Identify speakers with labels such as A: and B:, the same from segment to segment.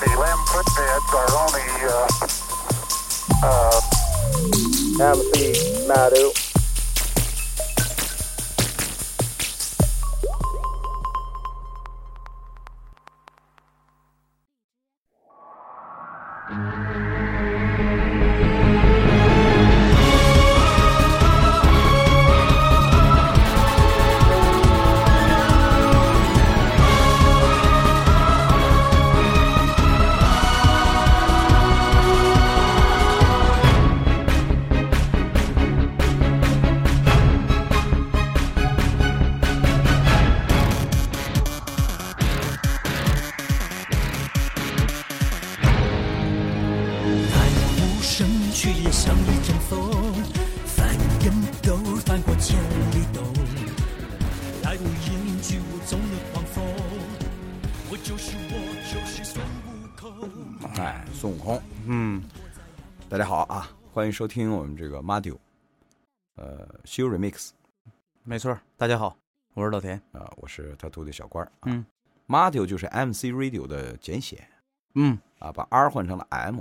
A: quit bids are only, uh, uh,
B: Amity Madu.
C: 太阳无声，却也像一阵风，翻跟斗，翻过千里冬。来无影去无踪的狂风，我就是我，就是孙悟空。
D: 哎，孙悟空，嗯，大家好啊，欢迎收听我们这个 m a d u 呃，Show Remix
E: 没错儿，大家好，我是老田。
D: 啊、我是他徒弟小官儿、啊，
E: 嗯
D: m a d u 就是 MC Radio 的简写
E: 嗯，
D: 啊，把 R 换成了 M，、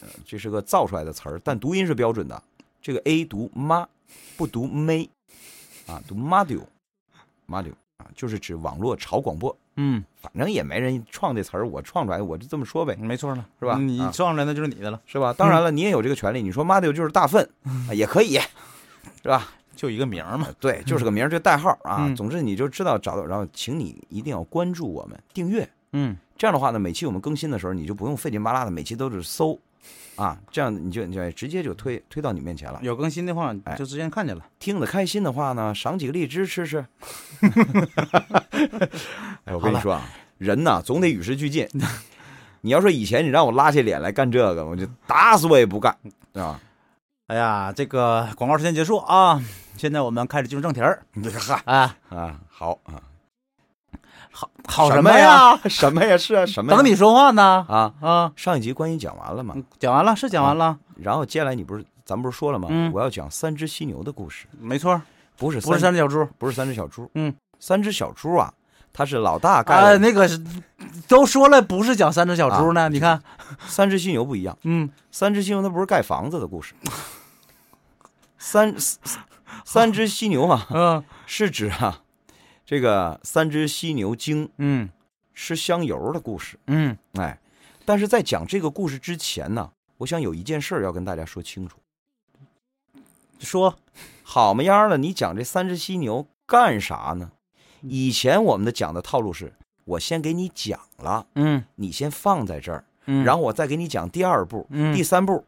D: 呃、这是个造出来的词儿，但读音是标准的，这个 A 读妈，不读 may，啊，读 m a d u m a d u 啊，就是指网络潮广播，
E: 嗯，
D: 反正也没人创这词儿，我创出来我就这么说呗，
E: 没错儿了，
D: 是吧
E: 嗯你
D: 啊
E: 撞来那就是你的了，
D: 是吧？当然了，你也有这个权利。你说妈的就是大粪，啊也可以，是吧？
E: 就一个名儿嘛。
D: 对，就是个名儿，这代号啊。
E: 嗯
D: 总之你就知道找到，然后请你一定要关注我们，订阅。
E: 嗯，
D: 这样的话呢，每期我们更新的时候，你就不用费劲巴拉的，每期都是搜，啊，这样你就你就直接就推推到你面前了。
E: 嗯有更新的话
D: 哎
E: 就之前看见了。
D: 听得开心的话呢，赏几个荔枝吃吃。哎，我跟你说啊，人呐总得与时俱进。 你要说以前你让我拉起脸来干这个，我就打死我也不干啊！
E: 哎呀，这个广告时间结束啊，现在我们开始进入正题儿
D: 你这个嗨
E: 啊。
D: 啊，好啊。
E: 好，好
D: 什
E: 么呀？
D: 呀？什么呀？是啊，什么呀？
E: 等你说话呢。
D: 啊！
E: 啊，
D: 上一集关于讲完了嘛，
E: 嗯讲完了是讲完了，
D: 然后接下来你不是咱们不是说了吗？
E: 嗯
D: 我要讲三只犀牛的故事，
E: 没错儿，
D: 不是
E: 不是三只小猪。啊
D: 不是三只小猪，
E: 嗯，
D: 三只小猪啊，它是老大干
E: 啊，那个是都说了不是讲三只小猪呢，
D: 啊
E: 你看，
D: 三只犀牛不一样，
E: 嗯，
D: 三只犀牛它不是盖房子的故 事，三三三只犀牛啊，
E: 嗯
D: 是指啊这个三只犀牛精
E: 嗯
D: 吃香油的故事。
E: 嗯，
D: 哎，但是在讲这个故事之前呢，我想有一件事儿要跟大家说清楚。
E: 说
D: 好么样儿了，你讲这三只犀牛干啥呢？
E: 嗯
D: 以前我们的讲的套路是，我先给你讲了，
E: 嗯
D: 你先放在这儿，
E: 嗯，
D: 然
E: 后
D: 后我再给你讲第二步、
E: 嗯
D: 第三步，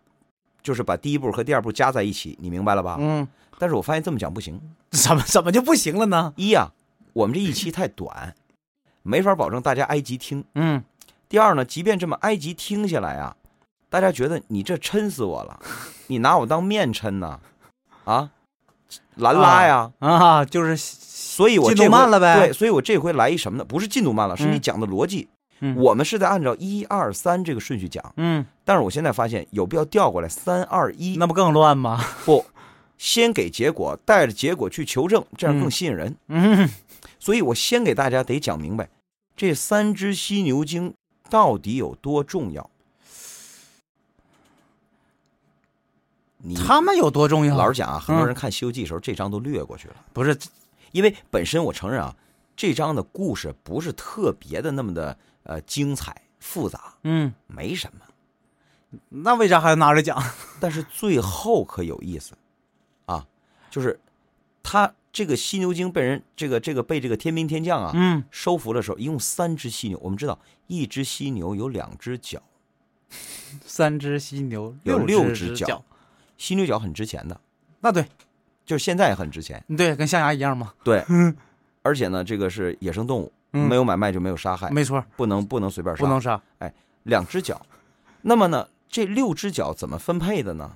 D: 就是把第一步和第二步加在一起，你明白了吧？
E: 嗯，
D: 但是我发现这么讲不行，
E: 怎么怎么就不行了呢？
D: 一呀、我们这一期太 短，没法保证大家挨集听；
E: 嗯，
D: 第二呢，即便这么挨集听下来啊，大家觉得你这抻死我 了，你拿我当面抻呐，啊，兰拉呀。
E: 啊，就是
D: 所以我这
E: 进度慢了呗
D: 回对，所以我这回来一什么呢？不是进度慢了，是你
E: 嗯
D: 讲的逻辑。
E: 嗯
D: 我们是在按照一二三这个顺序讲，
E: 嗯，
D: 但是我现在发现有必要调过来三二一，
E: 那不更乱吗？
D: 不先给结果，带着结果去求证，这样更吸引人。
E: 嗯
D: 所以我先给大家得讲明白，这三只犀牛精到底有多重要。你，
E: 他们有多重要？嗯
D: 老实讲啊，很多人看《西游记》的时候，这章都略过去了。
E: 不是，
D: 因为本身我承认啊，这章的故事不是特别的那么的呃精彩复杂，
E: 嗯，
D: 没什么，
E: 那为啥还要拿着讲？
D: 但是最后可有意思啊，就是他这个犀牛精被人这个这个被这个天兵天将啊、
E: 嗯，
D: 收服的时候，一共三只犀牛，我们知道一只犀牛有两只脚，
E: 三只犀牛，
D: 有
E: 六
D: 六只
E: 只
D: 脚，犀牛角很值钱的，
E: 那对
D: 就是现在也很值钱，
E: 对，跟象牙一样嘛，
D: 对，而且呢这个是野生动物，
E: 嗯
D: 没有啊买卖就没有杀害，
E: 没错，
D: 不能不能随便杀，
E: 不能杀。
D: 两只脚。那么呢，这六只脚怎么分配的呢？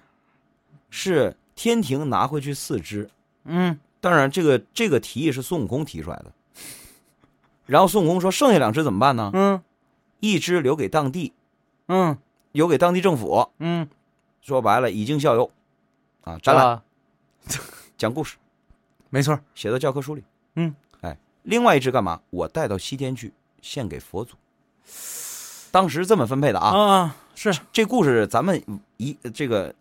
D: 是天庭拿回去四只，
E: 嗯
D: 当然这个这个提议是孙悟空提出来的。然后孙悟空说：“剩下两只怎么办呢？
E: 嗯
D: 一只留给当地，
E: 嗯
D: 留给当地政府。
E: 嗯，
D: 说白了，以儆效尤，啊，展览
E: 啊
D: 讲故事，
E: 没错，
D: 写到教科书里。
E: 嗯，
D: 哎，另外一只干嘛？我带到西天去，献给佛祖。当时这么分配的啊。
E: 啊，是，
D: 这故事咱们一这个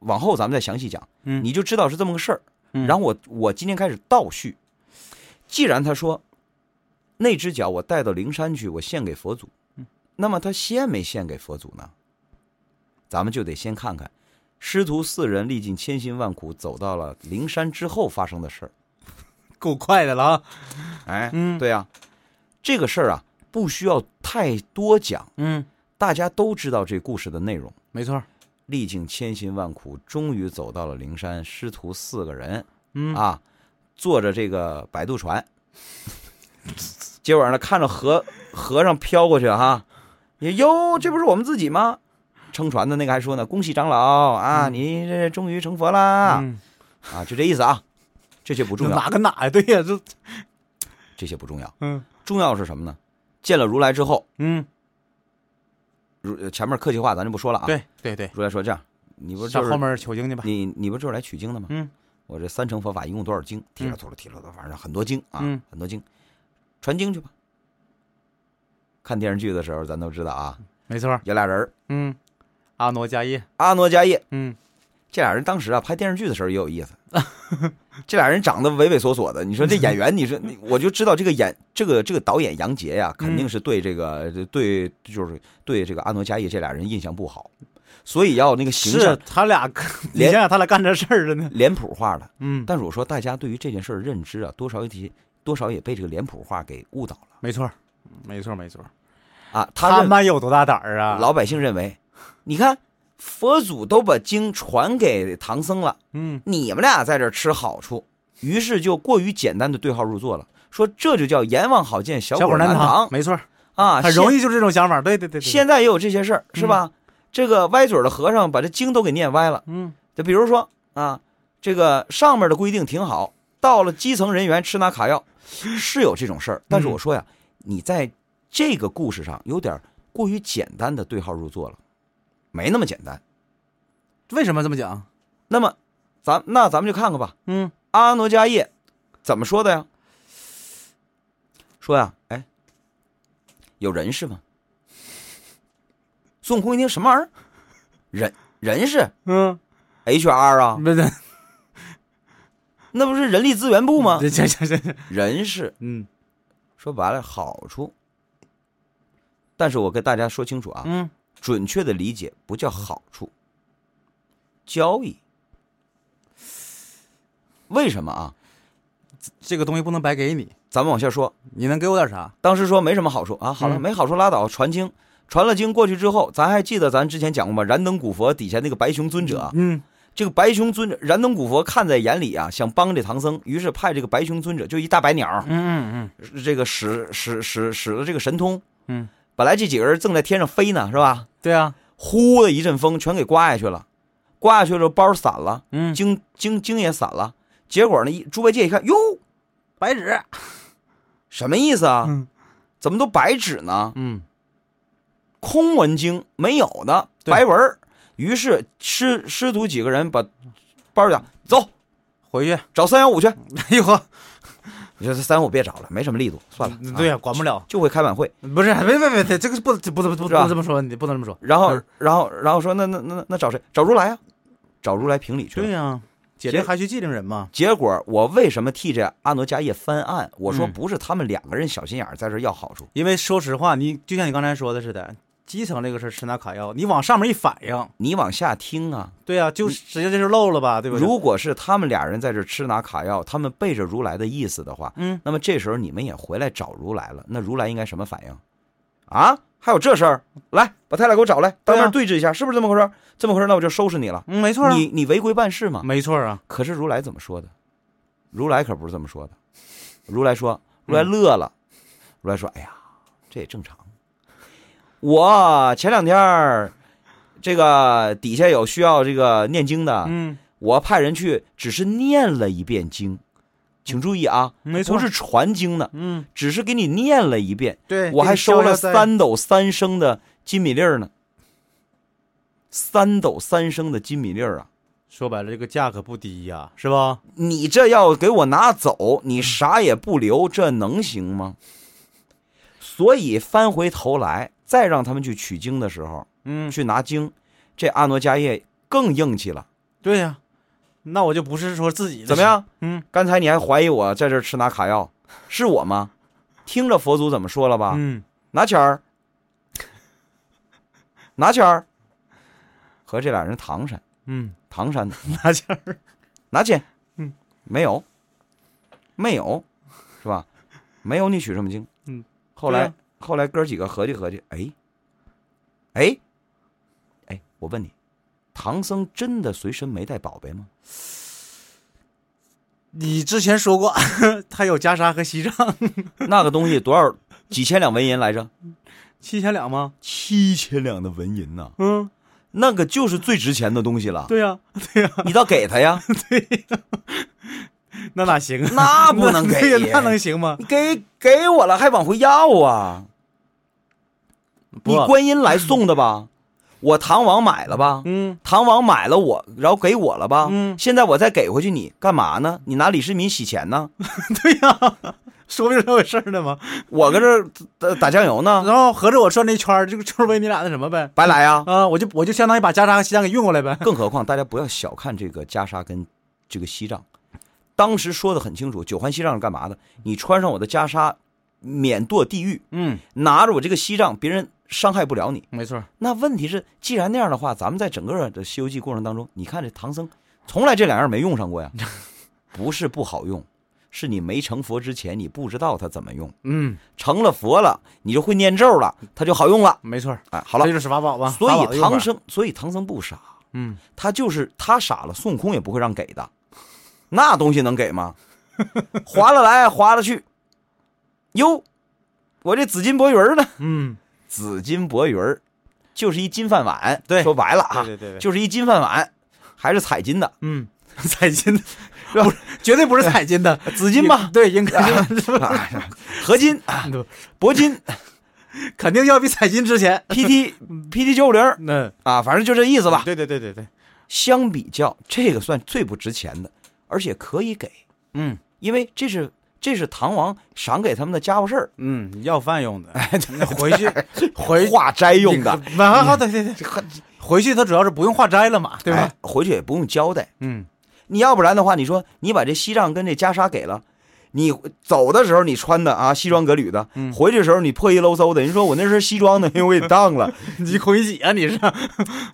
D: 往后咱们再详细讲，
E: 嗯
D: 你就知道是这么个事儿。
E: 嗯
D: 然后我我今天开始倒叙，既然他说那只脚我带到灵山去，我献给佛祖，
E: 嗯
D: 那么他献没献给佛祖呢？咱们就得先看看师徒四人历尽千辛万苦走到了灵山之后发生的事儿。
E: 够快的了啊，
D: 哎，
E: 嗯
D: 对啊，这个事儿啊不需要太多讲，
E: 嗯，
D: 大家都知道这故事的内容。
E: 没错，
D: 历经千辛万苦，终于走到了灵山。师徒四个人，
E: 嗯
D: 啊，坐着这个摆渡船，结果呢，看着河河上飘过去哈，也哟，这不是我们自己吗？撑船的那个还说呢：“恭喜长老啊，你这终于成佛啦！”
E: 嗯
D: 啊，就这意思啊，这些不重要，
E: 哪跟哪呀？对呀，这，
D: 这些不重要，
E: 嗯
D: 重要是什么呢？见了如来之后，
E: 嗯，
D: 如前面客气话咱就不说了啊。，
E: 对对对，
D: 如来说这样，你不是
E: 上
D: 就是
E: 后面求经去吧，
D: 你你不就是来取经的吗？
E: 嗯，
D: 我这三乘佛法一共多少经？提了
E: 嗯
D: 吐了提了吐了，反正很多经啊，
E: 嗯
D: 很多经，传经去吧。看电视剧的时候，咱都知道啊，
E: 没错，
D: 有俩人儿，
E: 嗯，阿诺加一，
D: 阿诺迦叶，
E: 嗯，
D: 这俩人当时啊拍电视剧的时候也有意 思，这俩人长得猥猥琐琐的，你说这演员，你说 你我就知道这个演这个这个导演杨洁呀、肯
E: 嗯
D: 定是对这个对就是对这个阿诺迦叶这俩人印象不好，所以要那个形
E: 是
D: 象
E: 他俩，你
D: 连
E: 想想他俩干这事儿了呢，
D: 脸谱化的。
E: 嗯，
D: 但是我说，大家对于这件事儿认知啊，多少也提多少也被这个脸谱化给误导了
E: 没错，嗯没错没错，
D: 啊。
E: 他
D: 认
E: 们有多大胆儿啊？
D: 老百姓认为，你看佛祖都把经传给唐僧了，
E: 嗯，
D: 你们俩在这儿吃好处，于是就过于简单的对号入座了，说这就叫阎王好见小
E: 小
D: 鬼
E: 鬼
D: 难
E: 难
D: 挡
E: 没错，
D: 啊，
E: 很容
D: 易。
E: 易就是这种想法，对对对，嗯对
D: 现在也有这些事儿，是吧？这个歪嘴儿的和尚把这经都给念歪了。
E: 嗯
D: 就比如说啊，这个上面的规定挺好，到了基层人员吃拿卡 要，是有这种事儿。但是
E: 嗯
D: 我说呀，你在这个故事上有点过于简单的对号入座了，没那么简单。
E: 为什么这么讲？
D: 那么，咱那咱们就看看吧，
E: 嗯，
D: 阿诺迦叶怎么说的呀？说呀，哎，有人是吗？孙悟空一听什么玩意儿？人人是
E: 嗯，
D: HR 啊，
E: 不是
D: 那不是人力资源部 吗？
E: 这这这这这，
D: 人是
E: 嗯
D: 说白了好处，但是我跟大家说清楚啊，
E: 嗯，
D: 准确的理解不叫好处，交易。为什么啊？
E: 这个东西不能白给你，
D: 咱们往下说，
E: 你能给我点啥？
D: 当时说没什么好处啊，好了，
E: 嗯
D: 没好处拉倒，传经。传了经过去之后，咱还记得咱之前讲过吗？燃灯古佛底下那个白熊尊者啊，
E: 嗯，
D: 这个白熊尊者，燃灯古佛看在眼里啊，想帮这唐僧，于是派这个白熊尊者，就一大白鸟，
E: 嗯嗯
D: 这个使使使使了这个神通，
E: 嗯，
D: 本来这几个人正在天上飞呢，是吧？
E: 嗯，对啊，
D: 呼的一阵风，全给刮下去了。刮下去了，包散了，
E: 嗯，
D: 经经经也散了。结果呢，一猪八戒一看，哟，
E: 白纸，
D: 什么意思啊？
E: 嗯
D: 怎么都白纸呢？
E: 嗯，
D: 空文经没有的，
E: 对
D: 白文儿。于是师师徒几个人把包讲走
E: 回去，
D: 找三幺五去。
E: 哎呦呵，
D: 你说这三幺五别找了，没什么力度，算了。
E: 嗯对
D: 啊
E: 呀，管不了，
D: 就会开晚会。
E: 不是，别别别，别这个是不这不不不
D: 是吧
E: 能这么说，你不能这么说，
D: 然后
E: 是，
D: 然后，然后说那那那那找谁？找如来啊，找如来评理去了。
E: 对呀，解铃还须系铃人嘛，
D: 结果我为什么替这阿诺迦叶翻案？我说
E: 嗯
D: 不是他们两个人小心眼儿在这儿要好处，
E: 因为说实话，你就像你刚才说的似的，基层这个事儿吃拿卡要，你往上面一反应，
D: 你往下听啊。
E: 对啊，就直接这就漏了吧，对吧？
D: 如果是他们俩人在这儿吃拿卡要，他们背着如来的意思的话，
E: 嗯，
D: 那么这时候你们也回来找如来了，那如来应该什么反应？啊，还有这事儿？来，把他俩给我找来，当面对峙一下，是不是这么回事儿？这么回事儿，那我就收拾你了。
E: 嗯啊没错啊，
D: 你你违规办事嘛？
E: 没错啊，
D: 可是如来怎么说的？如来可不是这么说的。如来说，如来乐了，如来说：“哎呀，这也正常。我前两天儿这个底下有需要这个念经的，
E: 嗯，
D: 我派人去，只是念了一遍经，请注意啊，
E: 没错，
D: 不是传经的，
E: 嗯，哎
D: 只是给你念了一遍，
E: 对，
D: 我还收了
E: 三。
D: 三斗三升的金米粒儿呢。”三斗三升的金米粒儿啊！
E: 说白了，这个价可不低呀、是吧？
D: 你这要给我拿走，你
E: 嗯
D: 啥也不留，这能行吗？所以翻回头来，再让他们去取经的时候，
E: 嗯，
D: 去拿经，这阿傩迦叶更硬气了。
E: 对呀、那我就不是说自己的
D: 怎么样？啊
E: 事？嗯
D: 刚才你还怀疑我在这儿吃拿卡药，是我吗？听着佛祖怎么说了吧？
E: 嗯，
D: 拿钱儿，拿钱儿，和这俩人唐山，
E: 嗯，
D: 唐山的
E: 拿钱儿，
D: 拿钱，
E: 嗯，
D: 没有，没有，是吧？没有你取什么经？
E: 嗯，
D: 后
E: 对
D: 来、
E: 呀
D: 后来哥几个合计合计，哎，哎，哎，我问你，唐僧真的随身没带宝 贝吗？
E: 你之前说过他有袈裟和西藏，
D: 那个东西多少几千两纹银来着？
E: 七千两吗？
D: 七千两的纹银呐、
E: 嗯，
D: 那个就是最值钱的东西了。
E: 对呀、啊
D: 你倒给他 呀，
E: 那哪行啊？
D: 那不能
E: 那
D: 给
E: 那那能行吗？
D: 你给给我了还往回要啊？你
E: 不
D: 观音来送的吧？我唐王买了吧？
E: 嗯，
D: 唐王买了我，然后给我了吧？
E: 嗯
D: 现在我再给回去你干嘛呢？你拿李世民洗钱呢？
E: 对呀、说不定还有事儿呢嘛。
D: 我搁这儿打打酱油呢，
E: 然后合着我转这一圈儿，这个就是为你俩那什么呗。
D: 白来啊！
E: 啊，我就我就相当于把袈裟和西藏给运过来呗。
D: 更何况大家不要小看这个袈裟跟这个西藏，当时说的很清楚，九环西藏是干嘛的？你穿上我的袈裟，免堕地狱；
E: 嗯，
D: 拿着我这个西藏，别人伤害不了你。
E: 没错。
D: 那问题是，既然那样的话，咱们在整个的《西游记》过程当中，你看这唐僧，从来这两样没用上过 呀，不是不好用，是你没成佛之前你不知道它怎么用，
E: 嗯，
D: 成了佛了，你就会念咒了，它就好用了。
E: 没错。
D: 哎，好了
E: 这，就是法宝吧。
D: 所
E: 法宝
D: 以
E: 一会儿
D: 唐，僧，所以唐僧不傻，
E: 嗯，
D: 他就是他傻了，孙悟空也不会让给的，那东西能给吗？ 划了来划了去，哟，我这紫金箔鱼儿呢？
E: 嗯，
D: 紫金箔鱼儿就是一金饭碗，
E: 对
D: 说白了啊，
E: 对对对对
D: 就是一金饭碗，还是彩金的，
E: 嗯，彩金的，不是，绝对不是彩 金的，
D: 紫金吧，
E: 对，应该是哎
D: 啊合金、啊
E: 不
D: 铂 金、
E: 肯定要比彩金值钱。
D: PT、PT 九五零
E: 那
D: 啊，反正就这意思吧。
E: 嗯对对对对对，
D: 相比较，这个算最不值钱的，而且可以给，
E: 嗯
D: 因为这是这是唐王赏给他们的家伙事儿，
E: 嗯，要饭用的， 那回去嗯回
D: 化斋用的，，
E: 完好对对对，回去他主要是不用化斋了嘛，对吧
D: 哎？回去也不用交代。
E: 嗯，
D: 你要不然的话，你说你把这西藏跟这袈裟给了，你走的时候你穿的啊西装革履的，
E: 嗯
D: 回去的时候你破衣漏搜的，人说我那身西装呢，因为我给你当 了，
E: 你回几啊？你是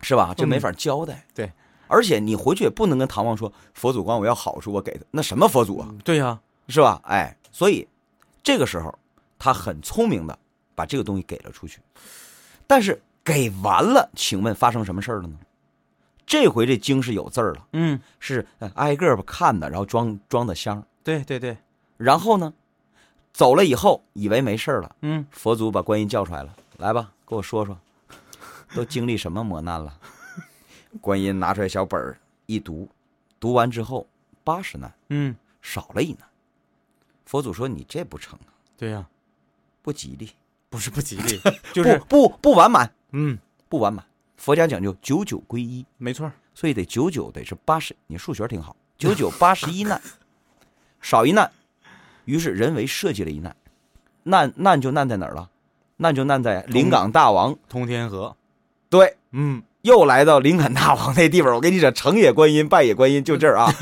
D: 是吧？这没法交代。
E: 嗯对，
D: 而且你回去也不能跟唐王说佛祖管我要好处，我给他那什么佛祖啊，
E: 嗯对呀，
D: 是吧？哎，所以这个时候他很聪明的把这个东西给了出去，但是给完了，请问发生什么事儿了呢？这回这经是有字儿了，
E: 嗯，
D: 是呃挨个儿看的，然后装装的箱儿。
E: 对对对，
D: 然后呢，走了以后以为没事儿了，
E: 嗯，
D: 佛祖把观音叫出来了，来吧，给我说说，都经历什么磨难了？ 观音拿出来小本儿一读，读完之后八十难，
E: 嗯，
D: 少了一难。佛祖说：“你这不成啊，
E: 对呀，
D: 不吉利，
E: 不是不吉 利，就是
D: 不不不完满，
E: 嗯，
D: 不完满。佛家讲究九九归一，
E: 没错，
D: 所以得九九得是八十。你数学挺好，九九八十一难，少一难，于是人为设计了一难，难难就难在哪儿了？难就难在临港大王，
E: 通天河，
D: 对，
E: 嗯，
D: 又来到临港大王那地方。我跟你讲，成也观音，败也观音，就这儿啊，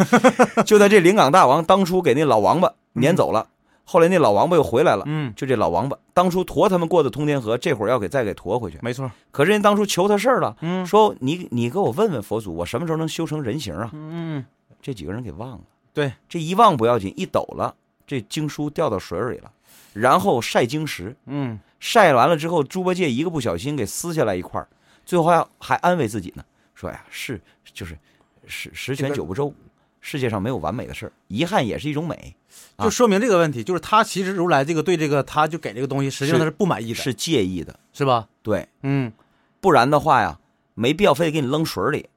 D: 就在这临港大王当初给那老王八撵走了，后来那老王八又回来了。
E: 嗯，
D: 就这老王八，当初驮他们过的通天河，这会儿要给再给驮回去。
E: 没错，
D: 可是人当初求他事儿了，
E: 嗯
D: 说你你给我问问佛祖，我什么时候能修成人形啊？
E: 嗯，
D: 这几个人给忘了。
E: 对，
D: 这一忘不要紧，一抖了，这经书掉到水里了，然后晒经石，
E: 嗯，
D: 晒完了之后，猪八戒一个不小心给撕下来一块儿，最后还还安慰自己呢，说呀是就是十十全九不周，世界上没有完美的事儿，遗憾也是一种美，啊
E: 就说明这个问题，就是他其实如来这个对这个，他就给这个东西，实际上
D: 是
E: 他是不满意的，
D: 是介意的，
E: 是吧？
D: 对，
E: 嗯，
D: 不然的话呀，没必要非得给你扔水里，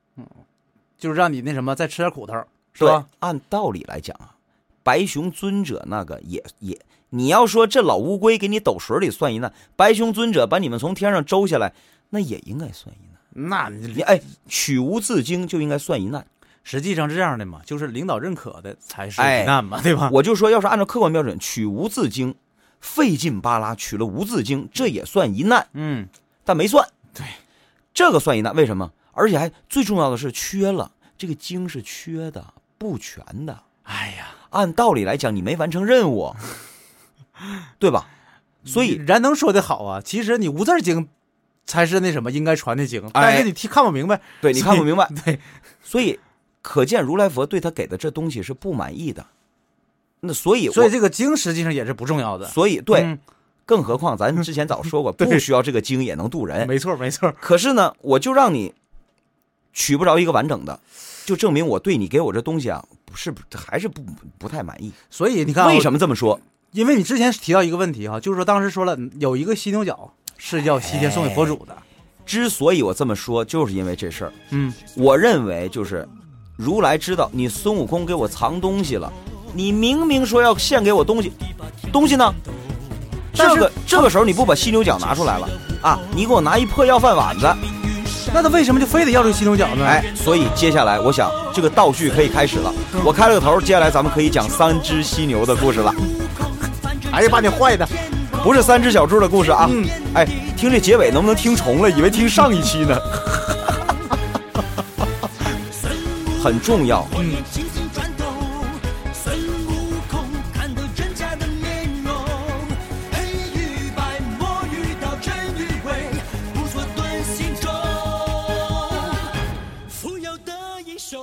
E: 就是让你那什么再吃点苦头，是
D: 对，
E: 吧？
D: 按道理来讲啊，白熊尊者那个也也，你要说这老乌龟给你抖水里算一难，白熊尊者把你们从天上周下来，那也应该算一难。
E: 那你
D: 你哎，取无自经就应该算一难。
E: 实际上是这样的嘛，就是领导认可的才是
D: 哎
E: 避难嘛，对吧？
D: 我就说，要是按照客观标准，取无自经，费劲巴拉取了无自经，这也算一难。
E: 嗯，
D: 但没算。
E: 对，
D: 这个算一难，为什么？而且还最重要的是缺了，这个经是缺的，不全的。
E: 哎呀，
D: 按道理来讲，你没完成任 务，对吧？所以
E: 人能说的好啊，其实你无字儿经才是那什么应该传的经，但
D: 哎
E: 是你听看不明白，
D: 对你看不明白，
E: 对，
D: 所以可见如来佛对他给的这东西是不满意的。那所以我，
E: 所以这个经实际上也是不重要的。
D: 所以对，
E: 嗯
D: 更何况咱之前早说过，
E: 对
D: 不需要这个经也能渡人。
E: 没错没错，
D: 可是呢，我就让你取不着一个完整的，就证明我对你给我这东西啊，不是还是不不太满意。
E: 所以你看、啊，
D: 为什
E: 么？
D: 么这么说？
E: 因为你之前提到一个问题哈、啊就是说当时说了有一个犀牛角是叫西天送给佛祖的，
D: 之所以我这么说，就是因为这事儿。
E: 嗯，
D: 我认为就是如来知道你孙悟空给我藏东西了，你明明说要献给我东西，东西呢？
E: 但
D: 这
E: 是
D: 个这个时候你不把犀牛角拿出来了啊？你给我拿一破药饭碗子，
E: 那他为什么就非得要这个犀牛角呢？
D: 哎，，所以接下来我想这个倒叙可以开始了。我开了个头，接下来咱们可以讲三只犀牛的故事了，
E: 哎呀，把你坏的，
D: 不是三只小猪的故事啊
E: 嗯。
D: 哎，听这结尾能不能听重了？以为听上一期呢。很重要，
C: 火焰轻轻转动，孙悟空看到人家的面容，黑与白，墨与刀，真与伪，不错顿心中，富有的英雄。